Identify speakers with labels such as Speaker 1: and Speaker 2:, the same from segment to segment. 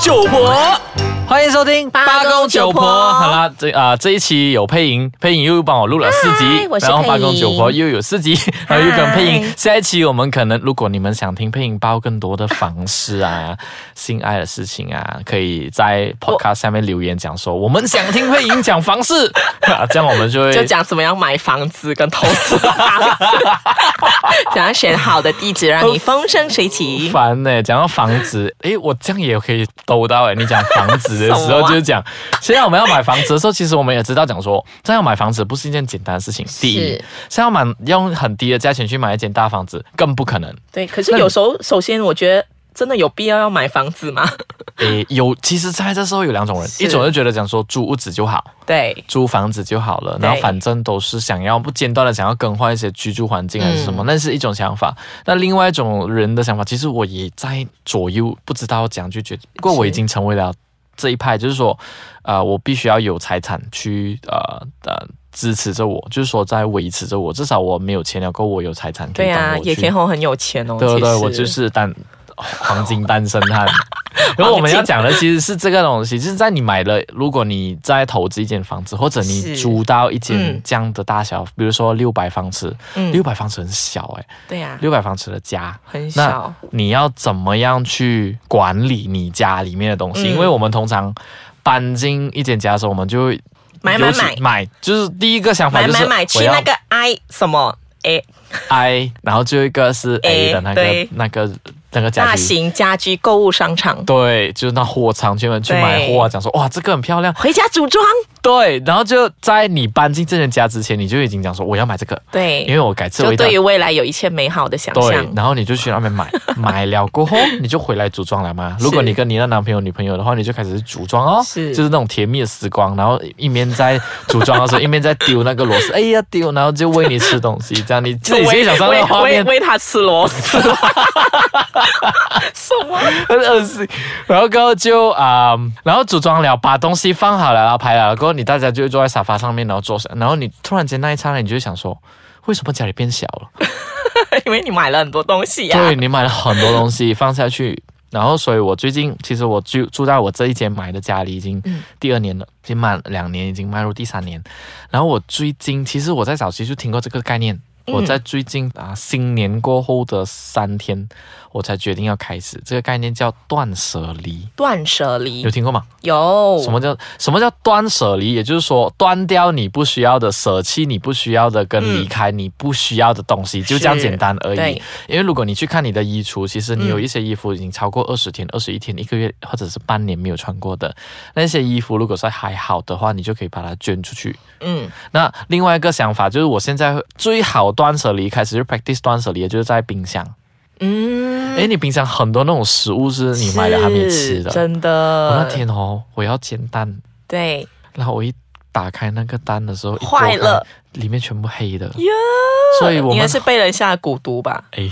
Speaker 1: 九婆。
Speaker 2: 欢迎收听
Speaker 3: 八公九婆
Speaker 2: 好啦，这啊、这一期有配音，配音又帮我录了四集
Speaker 3: 嗨哎我，是
Speaker 2: 然后
Speaker 3: 配
Speaker 2: 八公九婆又有四 集，然后又跟配音
Speaker 3: 嗨。
Speaker 2: 下一期我们可能，如果你们想听配音包更多的方式 啊，性爱的事情啊，可以在 podcast 下面留言讲说我们想听配音讲方式， 啊这样我们就会
Speaker 3: 就讲怎么样买房子跟投资房子，怎样选好的地址让你风生 水起。
Speaker 2: 烦呢、讲到房子，诶，我这样也可以兜到诶。欸你讲房子的时
Speaker 3: 什么
Speaker 2: 候，
Speaker 3: 啊
Speaker 2: 就是讲，现在我们要买房子的时候，其实我们也知道，讲说，这样买房子不是一件简单的事情。第一，
Speaker 3: 是
Speaker 2: 现在要买用很低的价钱去买一间大房子，更不可能。
Speaker 3: 对，可是有时候，首先我觉得真的有必要要买房子吗？
Speaker 2: 诶，有，其实在这时候有两种人，
Speaker 3: 是
Speaker 2: 一种就觉得讲说租屋子就好，
Speaker 3: 对，
Speaker 2: 租房子就好了，
Speaker 3: 对
Speaker 2: 然后反正都是想要不间断的想要更换一些居住环境还是什么，
Speaker 3: 嗯
Speaker 2: 那是一种想法。那另外一种人的想法，其实我也在左右，不知道怎样去决定。不过我已经成为了这一派，就是说，呃，我必须要有财产去呃呃支持着我，就是说在维持着我，至少我没有钱了，够我有财产可以
Speaker 3: 对
Speaker 2: 当
Speaker 3: 啊，
Speaker 2: 我
Speaker 3: 野
Speaker 2: 去。
Speaker 3: 田红很有钱哦。
Speaker 2: 对对
Speaker 3: 其
Speaker 2: 对，
Speaker 3: 实
Speaker 2: 我就是单黄金单身 汉。然后我们要讲的其实是这个东西，就是在你买了，如果你在投资一间房子，或者你
Speaker 3: 是
Speaker 2: 租到一间
Speaker 3: 嗯
Speaker 2: 这样的大小，比如说六百方尺，
Speaker 3: 嗯
Speaker 2: 六百方尺很小哎、
Speaker 3: 对啊，
Speaker 2: 六百方尺的家，
Speaker 3: 很
Speaker 2: 那
Speaker 3: 少。
Speaker 2: 你要怎么样去管理你家里面的东西？
Speaker 3: 嗯
Speaker 2: 因为我们通常搬进一间家的时候，我们就会
Speaker 3: 买买
Speaker 2: 尤其
Speaker 3: 买
Speaker 2: 买，就是第一个想法
Speaker 3: 买
Speaker 2: 就是
Speaker 3: 买买，
Speaker 2: 我
Speaker 3: 去
Speaker 2: 要
Speaker 3: 那个 I 什么 A
Speaker 2: I，然后最后一个是 A
Speaker 3: A，
Speaker 2: 的那个
Speaker 3: 对
Speaker 2: 那个那个家
Speaker 3: 大
Speaker 2: 庭。
Speaker 3: 型家居购物商场，
Speaker 2: 对，就是那货场专门去
Speaker 3: 对
Speaker 2: 买货啊，讲说哇这个很漂亮，
Speaker 3: 回家组装。
Speaker 2: 对，然后就在你搬进这人家之前，你就已经讲说我要买这个，因
Speaker 3: 对，
Speaker 2: 为我改次
Speaker 3: 就
Speaker 2: 味道
Speaker 3: 对。于未来有一切美好的想
Speaker 2: 对
Speaker 3: 象，。
Speaker 2: 然后你就去那边买，买了过后你就回来组装了嘛。如果你跟你的男朋友、女朋友的话，你就开始组装哦，
Speaker 3: 是
Speaker 2: 就是那种甜蜜的时光。然后一面在组装的时候，一面在丢那个螺丝，哎呀丢，然后就喂你吃东西，这样你自己
Speaker 3: 喂
Speaker 2: 先想象那个画
Speaker 3: 喂
Speaker 2: 面
Speaker 3: 喂喂他吃 螺丝， 什么？
Speaker 2: 很恶心。然后过后就啊、然后组装了，把东西放好了，然后排了，过后你大家就会坐在沙发上面，然后坐下，然后你突然间那一刹那，你就会想说。为什么家里变小了？
Speaker 3: 因为你买了很多东西呀、
Speaker 2: 对你买了很多东西放下去，然后所以我最近其实我住住在我这一间买的家里已经第二年了，已经满两年，已经迈入第三年。然后我最近其实我在早期就听过这个概念，我在最近啊新年过后的三天，我才决定要开始这个概念叫断舍离，
Speaker 3: 断舍离
Speaker 2: 有听过吗？
Speaker 3: 有
Speaker 2: 什么叫什么叫断舍离？也就是说，断掉你不需要的，舍弃你不需要的，跟
Speaker 3: 嗯
Speaker 2: 离开你不需要的东西，就这样简单而已
Speaker 3: 对。
Speaker 2: 因为如果你去看你的衣橱，其实你
Speaker 3: 嗯
Speaker 2: 有一些衣服已经超过二十天、二十一天、一个月或者是半年没有穿过的那些衣服，如果是还好的话，你就可以把它捐出去。
Speaker 3: 嗯
Speaker 2: 那另外一个想法就是，我现在最好断舍离开始就 practice 断舍离，就是在冰箱。
Speaker 3: 嗯，
Speaker 2: 诶，你冰箱很多那种食物是哎你买了还没吃
Speaker 3: 是
Speaker 2: 的。
Speaker 3: 真
Speaker 2: 我
Speaker 3: 的。
Speaker 2: 那天哦，我要煎蛋。
Speaker 3: 对，
Speaker 2: 然后我一打开那个单的时候，一
Speaker 3: 坏
Speaker 2: 拨开
Speaker 3: 了，
Speaker 2: 里面全部黑的，
Speaker 3: 哟
Speaker 2: 所以我们
Speaker 3: 应该是被人下蛊毒吧？
Speaker 2: 哎，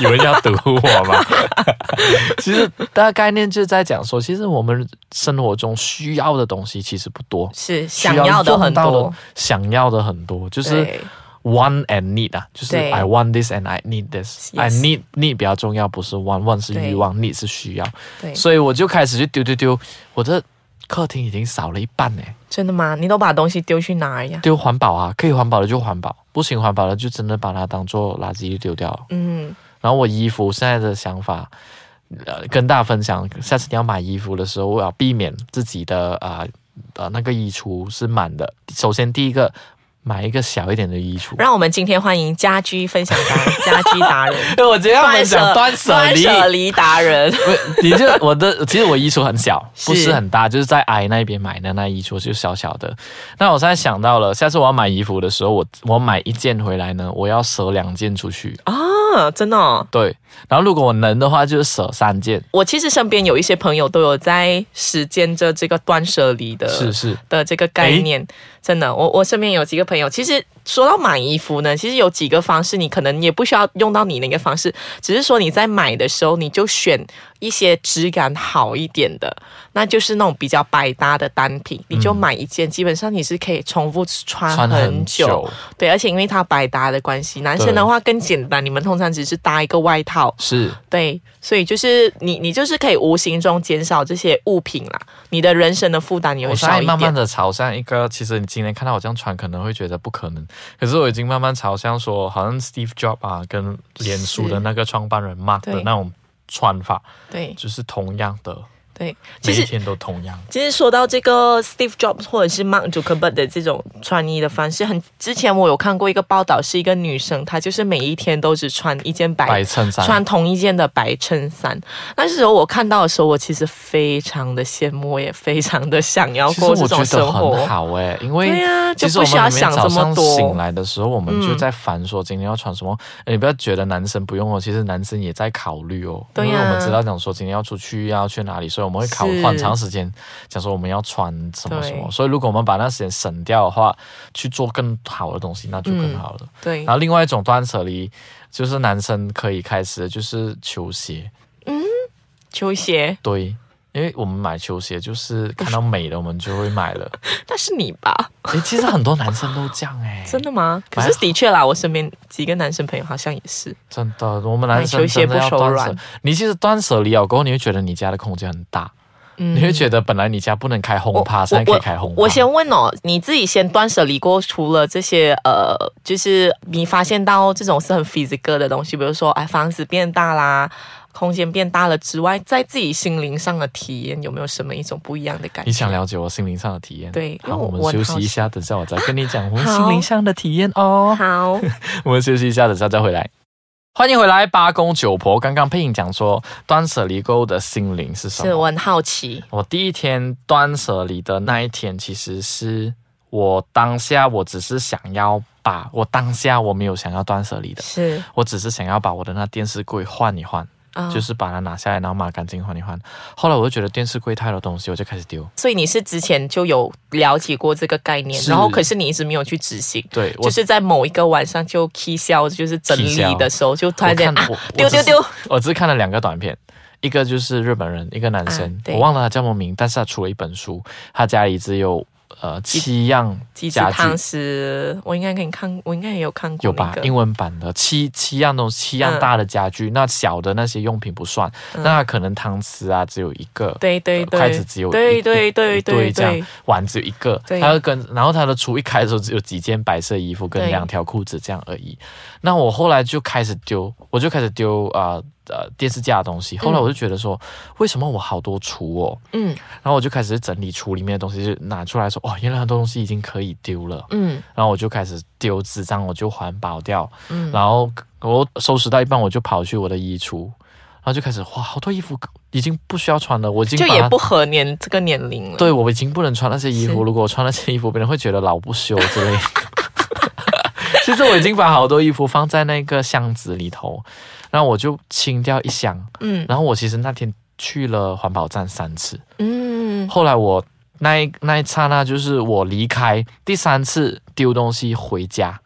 Speaker 2: 有人要毒我吗？ 其实大概概念就是在讲说，其实我们生活中需要的东西其实不多，
Speaker 3: 是
Speaker 2: 需
Speaker 3: 想要的很
Speaker 2: 用到
Speaker 3: 多
Speaker 2: 的，，想要的很多，就是
Speaker 3: 对
Speaker 2: want and need 啊，就是
Speaker 3: 对
Speaker 2: I want this and I need this。I
Speaker 3: Yes
Speaker 2: need need 比较重要，不是 want want 是
Speaker 3: 对
Speaker 2: 欲望，need 是需要，
Speaker 3: 对，
Speaker 2: 所以我就开始去丢丢丢，我的客厅已经少了一半哎。
Speaker 3: 真的吗？你都把东西丢去哪儿呀？
Speaker 2: 丢环保啊，可以环保的就环保，不行环保的就真的把它当做垃圾丢掉了。
Speaker 3: 嗯，
Speaker 2: 然后我衣服现在的想法，呃，跟大家分享，下次你要买衣服的时候，我要避免自己的啊呃那个衣橱是满的。首先第一个，买一个小一点的衣橱。
Speaker 3: 让我们今天欢迎家居分享达家居达人，
Speaker 2: 对，我今天 要分享断舍离。
Speaker 3: 断舍离达人，
Speaker 2: 不，你就我的，其实我衣橱很小，
Speaker 3: 是
Speaker 2: 不是很大，就是在 I 那边买的那衣橱就小小的。那我现在想到了，下次我要买衣服的时候，我我买一件回来呢，我要舍两件出去。
Speaker 3: 嗯，真的哦、
Speaker 2: 对，然后如果我能的话，就是舍三件。
Speaker 3: 我其实身边有一些朋友都有在实践着这个断舍离的，
Speaker 2: 是是，
Speaker 3: 的这个概念，真的，我我身边有几个朋友，其实说到买衣服呢，其实有几个方式，你可能也不需要用到你那个方式，只是说你在买的时候，你就选一些质感好一点的，那就是那种比较百搭的单品，你就买一件，基本上你是可以重复穿
Speaker 2: 嗯穿
Speaker 3: 很
Speaker 2: 很
Speaker 3: 久。
Speaker 2: 久，
Speaker 3: 对，而且因为它百搭的关系，男生
Speaker 2: 对
Speaker 3: 的话更简单，你们通常只是搭一个外套，
Speaker 2: 是
Speaker 3: 对，所以就是你你就是可以无形中减少这些物品啦，你的人生的负担也会
Speaker 2: 我现
Speaker 3: 少
Speaker 2: 在
Speaker 3: 一点。
Speaker 2: 慢慢的朝向一个，其实你今天看到我这样穿，可能会觉得不可能，可是我已经慢慢朝向说，好像 Steve Jobs 啊，跟脸书
Speaker 3: 是
Speaker 2: 的那个创办人 Mark
Speaker 3: 对
Speaker 2: 的那种穿法，
Speaker 3: 对
Speaker 2: 就是同样的，
Speaker 3: 对，其
Speaker 2: 每一
Speaker 3: 实
Speaker 2: 天都同样。
Speaker 3: 其实说到这个 Steve Jobs 或者是 Mark Zuckerberg 的这种穿衣的方式，很之前我有看过一个报道，是一个女生，她就是每一天都只穿一件白
Speaker 2: 白衬衫，
Speaker 3: 穿同一件的白衬衫。那时候我看到的时候，我其实非常的羡慕，我也非常的想要
Speaker 2: 其实
Speaker 3: 过这
Speaker 2: 我觉
Speaker 3: 种生
Speaker 2: 得很
Speaker 3: 活。
Speaker 2: 好哎、因
Speaker 3: 对
Speaker 2: 为
Speaker 3: 呀、就
Speaker 2: 其实
Speaker 3: 不
Speaker 2: 我
Speaker 3: 需
Speaker 2: 们
Speaker 3: 要
Speaker 2: 每天
Speaker 3: 想
Speaker 2: 早
Speaker 3: 这么
Speaker 2: 上醒
Speaker 3: 多。嗯
Speaker 2: 来的时候，我们就在烦说今天要穿什么。你不要觉得男生不用哦，其实男生也在考虑哦，
Speaker 3: 对呀
Speaker 2: 因为我们知道讲说今天要出去要去哪里，所以我们会考
Speaker 3: 是
Speaker 2: 很长时间讲说我们要穿什么
Speaker 3: 对
Speaker 2: 什么。所以如果我们把那时间省掉的话，去做更好的东西，那就
Speaker 3: 嗯
Speaker 2: 更好了。
Speaker 3: 对
Speaker 2: 然，后另外一种断舍离，就是男生可以开始的就是球鞋，
Speaker 3: 球鞋
Speaker 2: 对。因为我们买球鞋就是看到美的我们就会买了，
Speaker 3: 那是你吧？
Speaker 2: 诶，哎其实很多男生都这样哎诶，
Speaker 3: 真的吗？可是的确啦，我身边几个男生朋友好像也是。
Speaker 2: 真的，我们男生
Speaker 3: 买球鞋
Speaker 2: 真的要
Speaker 3: 不手
Speaker 2: 断
Speaker 3: 软
Speaker 2: 舍。你其实断舍离了哦过后，你会觉得你家的空间很大，
Speaker 3: 嗯
Speaker 2: 你会觉得本来你家不能开轰趴，现在可以开轰趴。
Speaker 3: 我先问哦，你自己先断舍离过，除了这些呃，就是你发现到这种是很 physical 的东西，比如说哎房子变大啦，空间变大了之外，在自己心灵上的体验有没有什么一种不一样的感觉？
Speaker 2: 你想了解我心灵上的体验？
Speaker 3: 对因为
Speaker 2: 好，
Speaker 3: 我
Speaker 2: 我们
Speaker 3: 我很
Speaker 2: 休
Speaker 3: 好
Speaker 2: 息
Speaker 3: 奇
Speaker 2: 一下，等下我再跟你讲我们
Speaker 3: 好
Speaker 2: 心灵上的体验哦。
Speaker 3: 好，
Speaker 2: 我们休息一下，等下再回来。欢迎回来，八公九婆。刚刚配音讲说断舍离过后的心灵是什
Speaker 3: 是
Speaker 2: 么？
Speaker 3: 我很好奇，
Speaker 2: 我哦第一天断舍离的那一天，其实是我当下我只是想要把我当下我没有想要断舍离的。
Speaker 3: 是
Speaker 2: 我只是想要把我的那电视柜换一换，
Speaker 3: 啊，
Speaker 2: 就是把它拿下来，然后抹干净换一换。后来我就觉得电视柜太多东西，我就开始丢。
Speaker 3: 所以你是之前就有了解过这个概念，
Speaker 2: 是
Speaker 3: 然后可是你一直没有去执行。
Speaker 2: 对，我
Speaker 3: 就是在某一个晚上就 k 消，就是整
Speaker 2: 起
Speaker 3: 理
Speaker 2: 消
Speaker 3: 的时候，就突然
Speaker 2: 我
Speaker 3: 间
Speaker 2: 看
Speaker 3: 啊
Speaker 2: 我
Speaker 3: 丢丢，丢，
Speaker 2: 我只是我只是看了两个短片。一个就是日本人，一个男生，
Speaker 3: 啊对
Speaker 2: 我忘了他叫什么名，但是他出了一本书，他家里只有呃七样
Speaker 3: 鸡子
Speaker 2: 家具
Speaker 3: 汤，匙，我应该给你看，我应该也有看过
Speaker 2: 有
Speaker 3: 哦那
Speaker 2: 吧？
Speaker 3: 个。
Speaker 2: 英文版的七七样东西，七
Speaker 3: 嗯
Speaker 2: 样大的家具，那小的那些用品不算，
Speaker 3: 嗯
Speaker 2: 那可能汤匙啊只有一个，
Speaker 3: 对对对，
Speaker 2: 呃筷子只有一
Speaker 3: 对
Speaker 2: 一
Speaker 3: 对对
Speaker 2: 一对这
Speaker 3: 对
Speaker 2: 样，碗只有一个，
Speaker 3: 对
Speaker 2: 还有跟然后他的厨一开的时候只有几件白色衣服跟
Speaker 3: 对
Speaker 2: 两条裤子这样而已。那我后来就开始丢，我就开始丢啊呃电视架的东西。后来我就觉得说，为什么我好多橱哦？
Speaker 3: 嗯
Speaker 2: 然后我就开始整理橱里面的东西，就拿出来说，哦，原来很多东西已经可以丢了。
Speaker 3: 嗯
Speaker 2: 然后我就开始丢纸张，我就环保掉，
Speaker 3: 嗯，
Speaker 2: 然后我收拾到一半，我就跑去我的衣橱，然后就开始哇，好多衣服已经不需要穿了，我已经
Speaker 3: 就
Speaker 2: 把
Speaker 3: 也
Speaker 2: 它
Speaker 3: 不合年这个年龄了。
Speaker 2: 对，我已经不能穿那些衣
Speaker 3: 是
Speaker 2: 服，如果我穿那些衣服，别人会觉得老不休之类的。 其实我已经把好多衣服放在那个箱子里头，然后我就清掉一箱。
Speaker 3: 嗯
Speaker 2: 然后我其实那天去了环保站三次，
Speaker 3: 嗯
Speaker 2: 后来我那一那一刹那就是我离开第三次丢东西回家，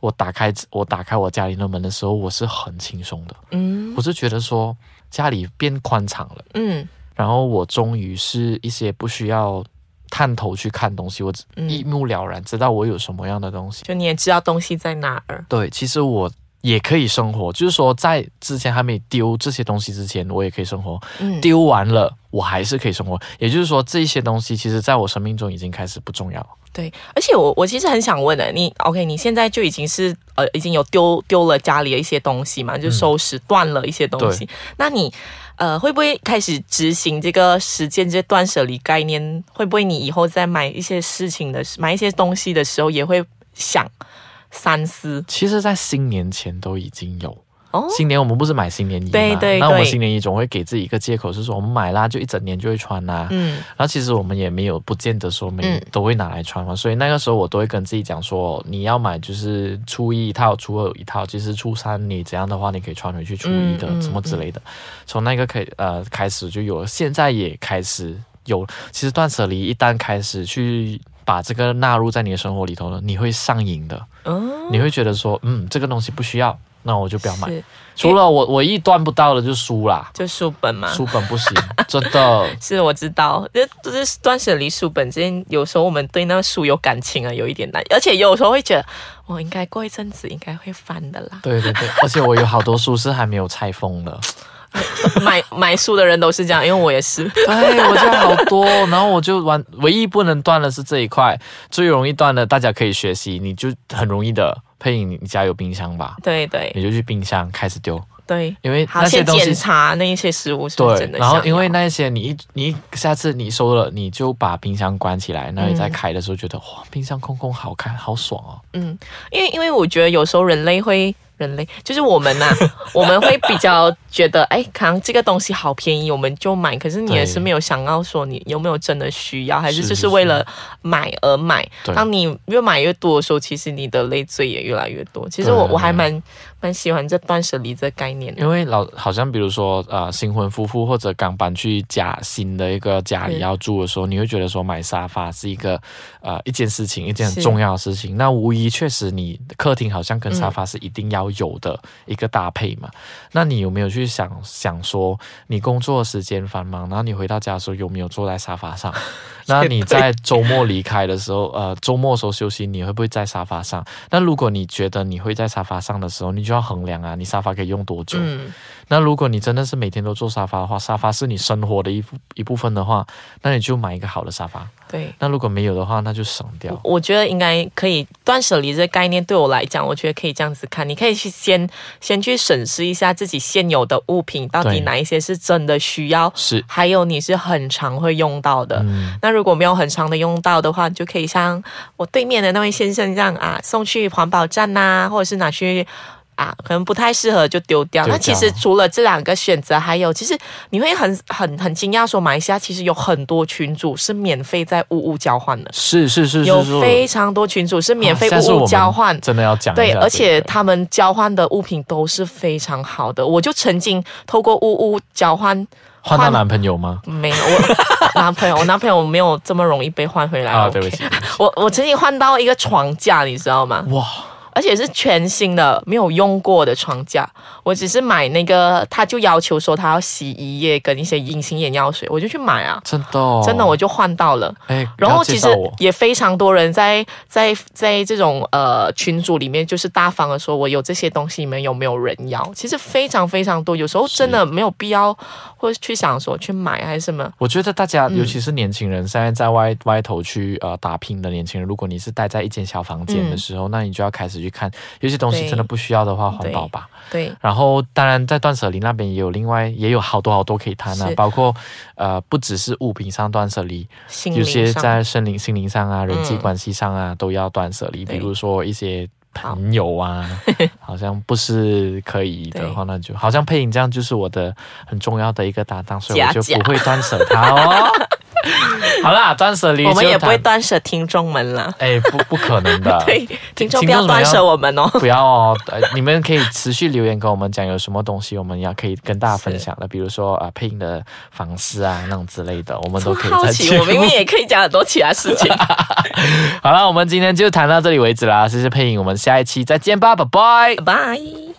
Speaker 2: 我打开我打开我家里的门的时候，我是很轻松的，
Speaker 3: 嗯
Speaker 2: 我是觉得说家里变宽敞了。
Speaker 3: 嗯
Speaker 2: 然后我终于是一些不需要探头去看东西，我只一
Speaker 3: 嗯，
Speaker 2: 目了然，知道我有什么样的东西。
Speaker 3: 就你也知道东西在哪儿。
Speaker 2: 对，其实我也可以生活，就是说在之前还没丢这些东西之前，我也可以生活。
Speaker 3: 嗯，
Speaker 2: 丢完了，我还是可以生活。也就是说，这些东西其实在我生命中已经开始不重要。
Speaker 3: 对，而且我我其实很想问的，你 OK？你现在就已经是呃，已经有丢丢了家里的一些东西
Speaker 2: 嗯
Speaker 3: 嘛，就收拾断了一些东西。那你呃，会不会开始执行这个实践这断舍离概念？会不会你以后在买一些事情的时买一些东西的时候，也会想三思？
Speaker 2: 其实，在新年前都已经有。
Speaker 3: 哦
Speaker 2: 新年我们不是买新年衣嘛？
Speaker 3: 对对
Speaker 2: 那我们
Speaker 3: 对
Speaker 2: 新年衣总会给自己一个借口，是说我们买啦，就一整年就会穿啊啦。
Speaker 3: 嗯
Speaker 2: 然后其实我们也没有不见得说每
Speaker 3: 嗯
Speaker 2: 都会拿来穿嘛，所以那个时候我都会跟自己讲说，你要买就是初一一套，初二一套，其实初三你怎样的话，你可以穿回去初一的、
Speaker 3: 嗯嗯
Speaker 2: 什么之类的。从那个开呃开始就有了，现在也开始有。其实断舍离一旦开始去把这个纳入在你的生活里头呢，你会上瘾的，
Speaker 3: 嗯，
Speaker 2: 你会觉得说，嗯，这个东西不需要，那我就不要买。
Speaker 3: 是
Speaker 2: 除了我我一断不到的就书啦，
Speaker 3: 就书本嘛。
Speaker 2: 书本不 行，真的。
Speaker 3: 是我知道，这这是断舍离书本之间，有时候我们对那个书有感情啊，有一点难，而且有时候会觉得，我应该过一阵子应该会翻的啦。
Speaker 2: 对对对，而且我有好多书是还没有拆封的。
Speaker 3: 买买书的人都是这样，因为我也 是。
Speaker 2: 对，我家好多，然后我就完，唯一不能断的是这一块，最容易断的，大家可以学习，你就很容易的。配影，你家有冰箱吧？
Speaker 3: 对对
Speaker 2: 你就去冰箱开始丢，
Speaker 3: 对，
Speaker 2: 因为
Speaker 3: 好，
Speaker 2: 嗯那些
Speaker 3: 先
Speaker 2: 东
Speaker 3: 检
Speaker 2: 西
Speaker 3: 查那一些食物是不是
Speaker 2: 对
Speaker 3: 真，的
Speaker 2: 然
Speaker 3: 想要。
Speaker 2: 后因为那些你一你一下次你收了，你就把冰箱关起来，那你再
Speaker 3: 嗯
Speaker 2: 开的时候觉得、哇，冰箱空空好看，好爽哦。
Speaker 3: 嗯，因为因为我觉得有时候人类会。人类就是我 们呐、我们会比较觉得，哎，可能这个东西好便宜，我们就买。可是你也是
Speaker 2: 对
Speaker 3: 没有想到说你有没有真的需要，还是
Speaker 2: 是
Speaker 3: 就是
Speaker 2: 是
Speaker 3: 为了买而买。
Speaker 2: 对
Speaker 3: 当你越买越多的时候，其实你的累赘也越来越多。其实
Speaker 2: 对
Speaker 3: 我我还蛮蛮喜欢这断舍离这个概念的。
Speaker 2: 因为老好像比如说呃新婚夫妇或者刚搬去家新的一个家里
Speaker 3: 嗯
Speaker 2: 要住的时候，你会觉得说买沙发是一个呃一件事情，一件
Speaker 3: 是
Speaker 2: 很重要的事情。那无疑确实你客厅好像跟沙发是一定要有的一个搭配嘛。那你有没有去想想说你工作时间繁忙，然后你回到家的时候有没有坐在沙发上？那你在周末离开的时候，呃，周末的时候休息，你会不会在沙发上？那如果你觉得你会在沙发上的时候，你就要衡量啊，你沙发可以用多久？
Speaker 3: 嗯，
Speaker 2: 那如果你真的是每天都坐沙发的话，沙发是你生活的一部一部分的话，那你就买一个好的沙发。
Speaker 3: 对。
Speaker 2: 那如果没有的话，那就省掉。
Speaker 3: 我觉得应该可以断舍离这个概念对我来讲，我觉得可以这样子看，你可以去先先去审视一下自己现有的物品，到底
Speaker 2: 对
Speaker 3: 哪一些是真的需要，
Speaker 2: 是，
Speaker 3: 还有你是很常会用到的。
Speaker 2: 嗯，
Speaker 3: 那如果没有很常的用到的话，你就可以像我对面的那位先生这样啊，送去环保站呐、或者是拿去啊，可能不太适合就丢掉。
Speaker 2: 丢
Speaker 3: 那
Speaker 2: 掉
Speaker 3: 其实除了这两个选择，还有其实你会很很很惊讶，说马来西亚其实有很多群主是免费在物物交换的。
Speaker 2: 是是是是
Speaker 3: 有
Speaker 2: 是
Speaker 3: 非常多群组是免费
Speaker 2: 啊下次我
Speaker 3: 物物
Speaker 2: 们
Speaker 3: 交换。
Speaker 2: 真的要讲一下
Speaker 3: 对，
Speaker 2: 这个
Speaker 3: 而且他们交换的物品都是非常好的。我就曾经透过物物交换，
Speaker 2: 换
Speaker 3: 换
Speaker 2: 到男朋友吗？
Speaker 3: 没有 我男朋友，我男朋友没有这么容易被换回来。
Speaker 2: 啊，
Speaker 3: OK
Speaker 2: 对不起，
Speaker 3: 我我曾经换到一个床架，你知道吗？
Speaker 2: 哇，
Speaker 3: 而且是全新的，没有用过的床架。我只是买那个，他就要求说他要洗衣液跟一些隐形眼药水，我就去买啊，
Speaker 2: 真的、哦，
Speaker 3: 真的我就换到了。
Speaker 2: 哎，
Speaker 3: 然
Speaker 2: 不
Speaker 3: 后
Speaker 2: 要介
Speaker 3: 其实
Speaker 2: 绍我
Speaker 3: 也非常多人在在在这种呃群组里面，就是大方的说，我有这些东西，你们有没有人要？其实非常非常多，有时候真的没有必要，或者去想说去买还是什么。
Speaker 2: 我觉得大家，
Speaker 3: 嗯
Speaker 2: 尤其是年轻人，现在在外外头去呃打拼的年轻人，如果你是待在一间小房间的时候，那你就要开始去看，有些东西
Speaker 3: 嗯对
Speaker 2: 真的不需要的话，环
Speaker 3: 对
Speaker 2: 保吧。
Speaker 3: 对，
Speaker 2: 然后，当然在断舍离那边也有另外也有好多好多可以谈啊
Speaker 3: 是，
Speaker 2: 包括呃不只是物品上断舍离，
Speaker 3: 心
Speaker 2: 有
Speaker 3: 灵
Speaker 2: 些
Speaker 3: 上
Speaker 2: 在心灵心灵上啊、人际
Speaker 3: 嗯
Speaker 2: 关系上啊、都要断舍离，
Speaker 3: 对
Speaker 2: 比如说一些。朋友啊，好像不是可以的话，那就好像配音这样，就是我的很重要的一个搭档，所以我
Speaker 3: 假
Speaker 2: 就
Speaker 3: 假
Speaker 2: 不会断舍他 哦。好啦，断舍离
Speaker 3: 我们
Speaker 2: 就
Speaker 3: 也不
Speaker 2: 谈
Speaker 3: 会，断舍听众们啦。，
Speaker 2: 哎，不不可能的
Speaker 3: 对，听众
Speaker 2: 听
Speaker 3: 不要
Speaker 2: 众怎么
Speaker 3: 断
Speaker 2: 样
Speaker 3: 舍我们哦。
Speaker 2: 不要哦，呃，你们可以持续留言跟我们讲有什么东西我们要可以跟大家分享的，比如说啊、呃配音的方式啊那种之类的，我们都可以
Speaker 3: 好
Speaker 2: 再
Speaker 3: 奇，
Speaker 2: 去
Speaker 3: 我。明明也可以讲很多其 他事情。
Speaker 2: 好了，我们今天就谈到这里为止啦，谢谢配音，我们下一期再见吧，拜拜。
Speaker 3: 拜。